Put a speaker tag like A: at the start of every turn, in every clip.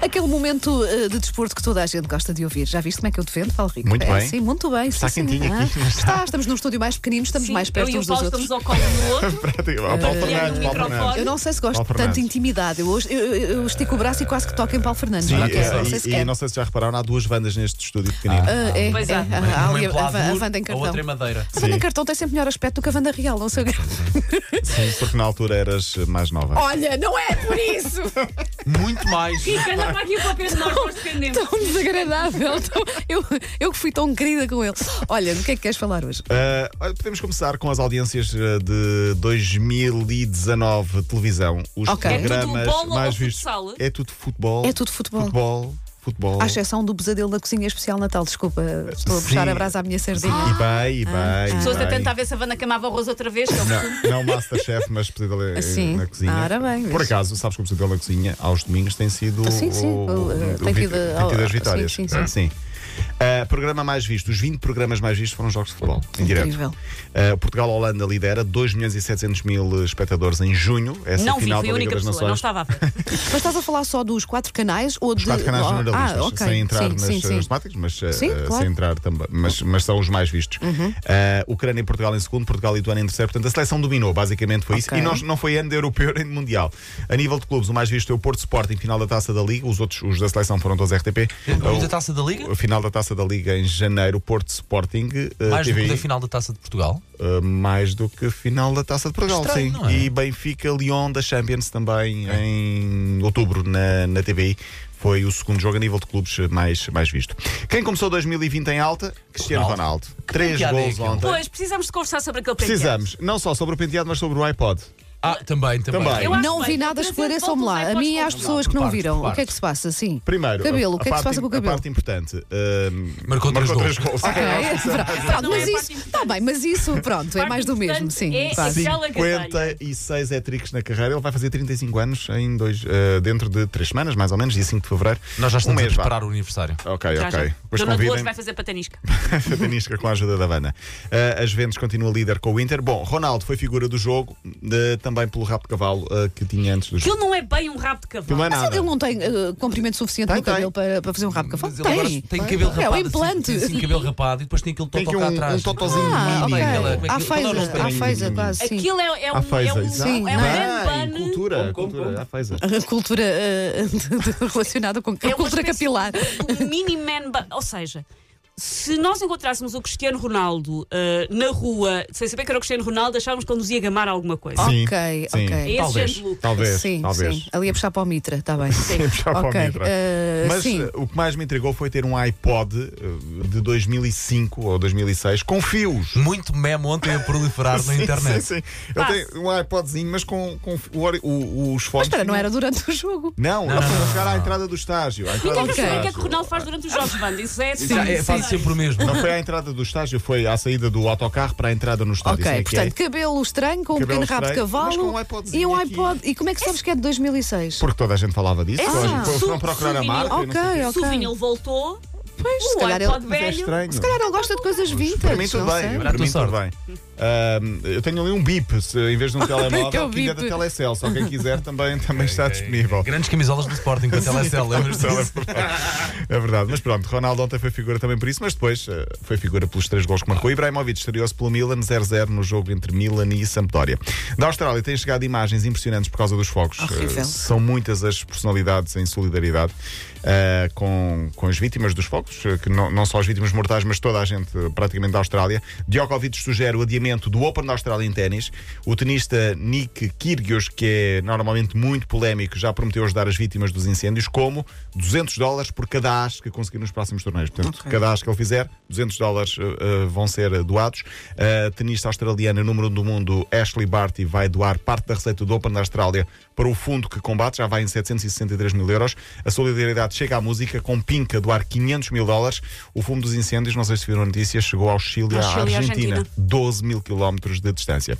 A: Aquele momento eh, de desporto que toda a gente gosta de ouvir. Já viste como é que eu defendo, Paulo Rico?
B: Muito
A: É,
B: bem.
A: Sim, muito bem.
B: Está
A: sim,
B: quentinho
A: senhor.
B: aqui, não está?
A: Está, estamos num estúdio mais pequenino, estamos
C: Sim,
A: mais
C: eu
A: perto
C: e
A: uns
C: o
A: dos
C: Paulo
A: outros.
C: estamos ao colo do outro.
B: Ao Paulo Fernandes, Paulo Fernandes.
A: Eu não sei se gosto
B: Paulo
A: tanto de
B: Fernandes.
A: intimidade. Eu, hoje, eu, eu- eu estico o braço e quase que toco em Paulo Fernandes.
B: Sim,
A: Não,
B: é,
A: não sei
B: e-
A: se
B: e,
A: quer.
B: não sei se já repararam, há duas vandas neste estúdio pequenino.
A: Ah, é,
C: Pois
A: é,
C: há.
A: ah, há
D: Uma
A: ali
D: em
A: a- a van- a é
D: Peladuro,
A: Vanda em
D: a
A: cartão.
D: outra em Madeira.
A: A Vanda em
B: Sim.
A: cartão tem sempre melhor aspecto do que a Vanda Real, não sei o que.
B: Sim, porque na altura eras eh, mais nova.
A: Olha, não é por isso!
D: Muito mais.
C: Rico, anda para aqui o papel de nós, nós defendemos.
A: Tão desagradável. tão- eu, eu que fui tão querida com ele. Olha, do que é que queres falar hoje?
B: Ah, olha, podemos começar com as audiências ah, de 2019 televisão. Os
A: Ok. É tudo
B: programas
C: bola ou
B: mais vistos.
C: futsal?
B: É tudo futebol.
A: É tudo futebol. é
B: Futebol. Futebol.
A: À exceção do pesadelo da cozinha especial Natal, desculpa, estou a
B: É. Sim.
A: puxar a brasa à minha sardinha.
B: E bem, e bem.
A: Ah.
B: e
A: As
C: Pessoas a
B: bem.
C: tentar ver se a Vanda queimava arroz outra vez. que é o costume.
B: Não, não Masterchef, mas pesadelo eh,
A: Sim.
B: na cozinha.
A: Ah, ora bem,
B: Por
A: vês. Então,
B: acaso, sabes que o pesadelo na cozinha, aos domingos, tem sido.
A: Sim, sim,
B: O,
A: o, eh,
B: o
A: tem
B: vit-
A: tido-
B: tem tido
A: ah,
B: as vitórias.
A: sim, sim, sim.
B: Ah, programa mais visto, os 20 programas mais vistos foram jogos de futebol, em direto.
A: Incrível.
B: Ah, Portugal-Holanda lidera 2 milhões e 700 mil espectadores em junho, essa é
C: Não vi,
B: final
C: fui
B: da
C: a
B: Liga
C: única
B: das
C: pessoa, não
B: Nações.
C: estava a ver.
A: Mas estás a falar só dos quatro canais ou
B: Os quatro canais generalistas,
A: Ah, ok.
B: sem entrar
A: sim,
B: nas,
A: sim, sim.
B: nas temáticas, mas, eh,
A: Sim,
B: eh,
A: claro. Uhum.
B: sem entrar também, mas, mas são os mais vistos. Eh, Ucrânia e Portugal em segundo, Portugal e Lituânia em terceiro. Portanto, a seleção dominou, basicamente foi isso.
A: Ok.
B: E nós, não foi ano de europeu nem de mundial. A nível de clubes, o mais visto é o Porto Sporting, final da taça da Liga. Os outros, os da seleção, foram todos RTP.
D: O da taça da Liga?
B: A Eh, final da taça da Liga em janeiro, Porto Sporting, eh,
D: Mais do
B: TVI,
D: que da final da taça de Portugal.
B: eh, mais do que final da taça de Portugal,
D: Estranho,
B: sim.
D: não é?
B: E Benfica Lyon da Champions também em outubro na, na TVI. Foi o segundo jogo a nível de clubes mais, mais visto. Quem começou 2020 em alta? Cristiano Ronaldo.
D: Ronaldo.
B: Três
D: piada é
B: gols
D: aquilo?
B: ontem.
C: Pois, precisamos de conversar sobre aquele penteado.
B: Precisamos, não só sobre o penteado, mas sobre o iPod.
D: Ah, também, também.
B: Também.
C: Eu acho
A: Não
C: bem,
A: vi
C: então,
A: nada,
C: por exemplo,
A: esclareçam-me lá.
C: volta
A: A
C: lá e
A: mim e às
C: podes
A: pessoas
D: contar.
A: que não
D: Por
A: viram.
D: partes,
A: O que é que se passa? Sim.
B: Primeiro,
A: Cabelo,
B: a,
A: o que é que
B: parte,
A: se passa com o
B: a
A: cabelo?
B: parte importante. ehm,
D: Marcou três gols.
B: gols.
A: Ok, pronto,
C: Não é
A: mas
C: a parte
A: isso, está bem, mas isso, pronto, é
C: Parte
A: mais do mesmo,
C: importante
A: sim.
C: é
A: quase.
C: esse- Já lagasalha.
B: 56 hat-tricks na carreira. Ele vai fazer 35 anos em dois, eh, dentro de 3 semanas, mais ou menos, dia 5 de fevereiro.
D: Nós já estamos
B: um
D: a
B: mês, vá.
D: preparar o aniversário.
B: Ok,
C: Já, já.
B: ok. Depois
C: Dona Dolores
B: convidem
C: vai fazer patanisca.
B: Fatanisca com a ajuda da Havana. Eh, a Juventus continua líder com o Inter. Bom, Ronaldo foi figura do jogo, eh, também pelo rabo de cavalo eh, que tinha antes do jogo.
C: Aquilo não é bem um rabo de cavalo.
B: Não é
A: Mas
B: nada.
A: ele não tem eh, comprimento suficiente
B: Tem,
A: no cabelo
B: tem.
A: para, para fazer um rabo de cavalo?
D: Mas ele agora tem cabelo
A: É
D: rapado.
A: o
D: assim,
A: implante.
D: Tem assim, cabelo rapado e depois tem aquele
B: Tem
D: totó
B: aqui
D: cá
B: um-
D: atrás.
B: um totozinho
A: Ah,
B: mini.
A: ok.
D: Aquela- como é que-
A: Há
D: qual é o nome
A: feiza, há
B: também?
A: feiza, quase, sim.
C: Aquilo é, é um,
B: Há
C: é
B: phaser,
C: um,
B: exato.
A: Sim,
C: é um
A: não
B: Bem,
C: grande pano.
B: cultura, cultura, há phaser.
A: A cultura eh, de- de- relacionada com
C: É
A: a
C: uma
A: cultura
C: espécie
A: capilar.
C: de um mini man bun. Ou seja, se nós encontrássemos o Cristiano Ronaldo ah, na rua, sem saber que era o Cristiano Ronaldo, achávamos que ele nos ia gamar alguma coisa.
B: Ah, Sim,
A: ok,
B: sim.
C: é
A: ok.
C: esse
D: talvez,
C: género de look.
B: Talvez,
A: sim,
B: talvez.
A: sim. Ali a puxar para o Mitra, está bem.
B: Já para o
A: Ok,
B: Mitra.
A: eh,
B: Mas
A: sim.
B: eh, o que mais me intrigou foi ter um iPod eh, de 2005 ou 2006 com fios.
D: Muito meme ontem a proliferar na internet.
B: Sim, sim.
C: Ah.
B: Ele tem um iPodzinho, mas com, com o ori- o- os
A: Mas
B: fones.
A: espera, não era durante o jogo.
B: Não, ele foi a chegar à entrada do estágio. à entrada
C: Quer saber o
B: do
C: que é que
B: estágio.
C: o Ronaldo faz durante os jogos, Wanda? Isso é
D: Isso já é, faz sempre o mesmo.
B: Não foi à entrada do estágio, foi à saída do autocarro para a entrada no estádio.
A: ok,
B: Isso é que
A: portanto,
B: é.
A: cabelo estranho, com um
B: Cabelo
A: pequeno rabo de
B: estranho, mas com um
A: cavalo.
B: iPodzinho
A: e um
B: aqui.
A: iPod. E como é que sabes que é de 2006?
B: Porque toda a gente falava disso.
C: É
B: hoje.
A: sim.
B: Foram- Foram procurar a
C: Souvenir.
B: marca. e não sei o quê.
A: um Ok, é
C: Se um o vinil
A: ok.
C: voltou,
A: Pois, se
C: o
A: calhar
C: iPod
A: ele.
B: Mas é
C: velho.
B: estranho.
A: Se calhar ele gosta de coisas vintage.
B: Para mim tudo
A: não
B: bem,
A: sei.
B: para mim
D: Tua
B: tudo bem.
D: sorte.
B: Ahm, eu tenho ali um bip, se, em vez de um telemóvel,
A: o
B: que ainda é da
A: bip.
B: Telecel, só quem quiser também, também está disponível.
D: Grandes camisolas do Sporting com a Telecel, lembras disso?
B: É verdade, mas pronto, Ronaldo ontem foi figura também por isso, mas depois eh, foi figura pelos três gols que marcou. Ibrahimovic estreou-se pelo Milan 0-0 no jogo entre Milan e Sampdoria. Da Austrália têm chegado imagens impressionantes por causa dos fogos.
A: Horrível.
B: Eh, são muitas as personalidades em solidariedade eh, com, com as vítimas dos fogos, eh, que não, não só as vítimas mortais, mas toda a gente eh, praticamente da Austrália. Djokovic sugere o adiamento do Open da Austrália em ténis. O tenista Nick Kyrgios, que é normalmente muito polémico, já prometeu ajudar as vítimas dos incêndios, como 200 dólares por cada as que conseguir nos próximos torneios. Portanto,
A: Ok.
B: cada as que ele fizer, 200 dólares eh, eh, vão ser eh, doados. A tenista australiana número 1 do mundo, Ashley Barty, vai doar parte da receita do Open da Austrália para o fundo que combate, já vai em 763 mil euros. A solidariedade chega à música, com Pink a doar 500 mil dólares. O fumo dos incêndios, não sei se viram notícias, chegou ao Chile e
C: Ao
B: à
C: Chile e à
B: Argentina,
C: Argentina.
B: 12 mil quilómetros de distância.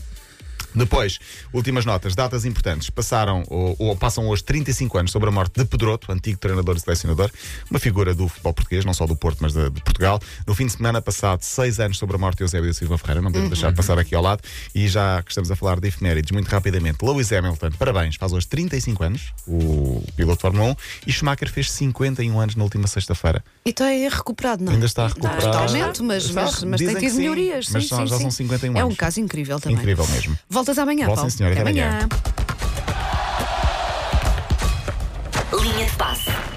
B: Depois, últimas notas, datas importantes. Passaram ou, ou passam hoje 35 anos sobre a morte de Pedroto, antigo treinador e selecionador, uma figura do futebol português, não só do Porto, mas de, de Portugal. No fim de semana passado, 6 anos sobre a morte de Eusébio da Silva Ferreira, não podemos deixar de passar aqui ao lado. E já que estamos a falar de efemérides, muito rapidamente, Lewis Hamilton, parabéns, faz hoje 35 anos, o piloto de Fórmula 1, e Schumacher fez 51 anos na última sexta-feira.
A: Então é recuperado, não?
B: Ainda está a recuperar.
A: Totalmente, mas,
B: Está,
A: mas, mas tem
B: dizem que
A: tido
B: sim,
A: melhorias.
B: mas
A: sim,
B: só-
A: sim,
B: já
A: sim.
B: são 51
A: É um
B: anos.
A: caso incrível também.
B: Incrível mesmo.
A: Voltas amanhã,
B: Bom,
A: Paulo.
B: sim, senhora, até amanhã.
E: Linha de passe.